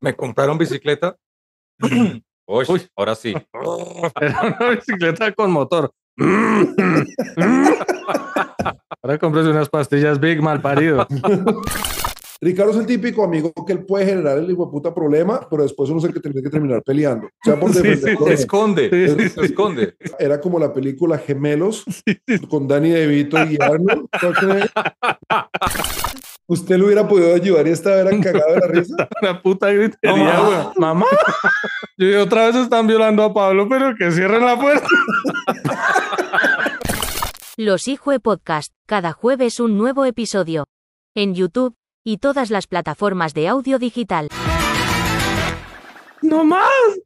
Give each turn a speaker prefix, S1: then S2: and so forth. S1: me compraron bicicleta. Uy, ahora sí.
S2: Era una bicicleta con motor. Ahora compres unas pastillas Big mal parido.
S3: Ricardo es el típico amigo que él puede generar el hijo de puta problema, pero después uno es el que tiene que terminar peleando. O sea, por
S2: Sí,
S3: defender
S2: sí,
S3: todo.
S1: Se esconde,
S2: Sí, sí,
S1: se esconde.
S3: Era como la película Gemelos con Danny DeVito y Arnold. Schwarzenegger. Usted lo hubiera podido ayudar y esta era cagado de la risa.
S2: La puta gritería,
S1: Mamá.
S2: güey. Mamá. Yo dije, otra vez están violando a Pablo, pero que cierren la puerta.
S4: Los Hijue Podcast, cada jueves un nuevo episodio. En YouTube, y todas las plataformas de audio digital.
S2: No más.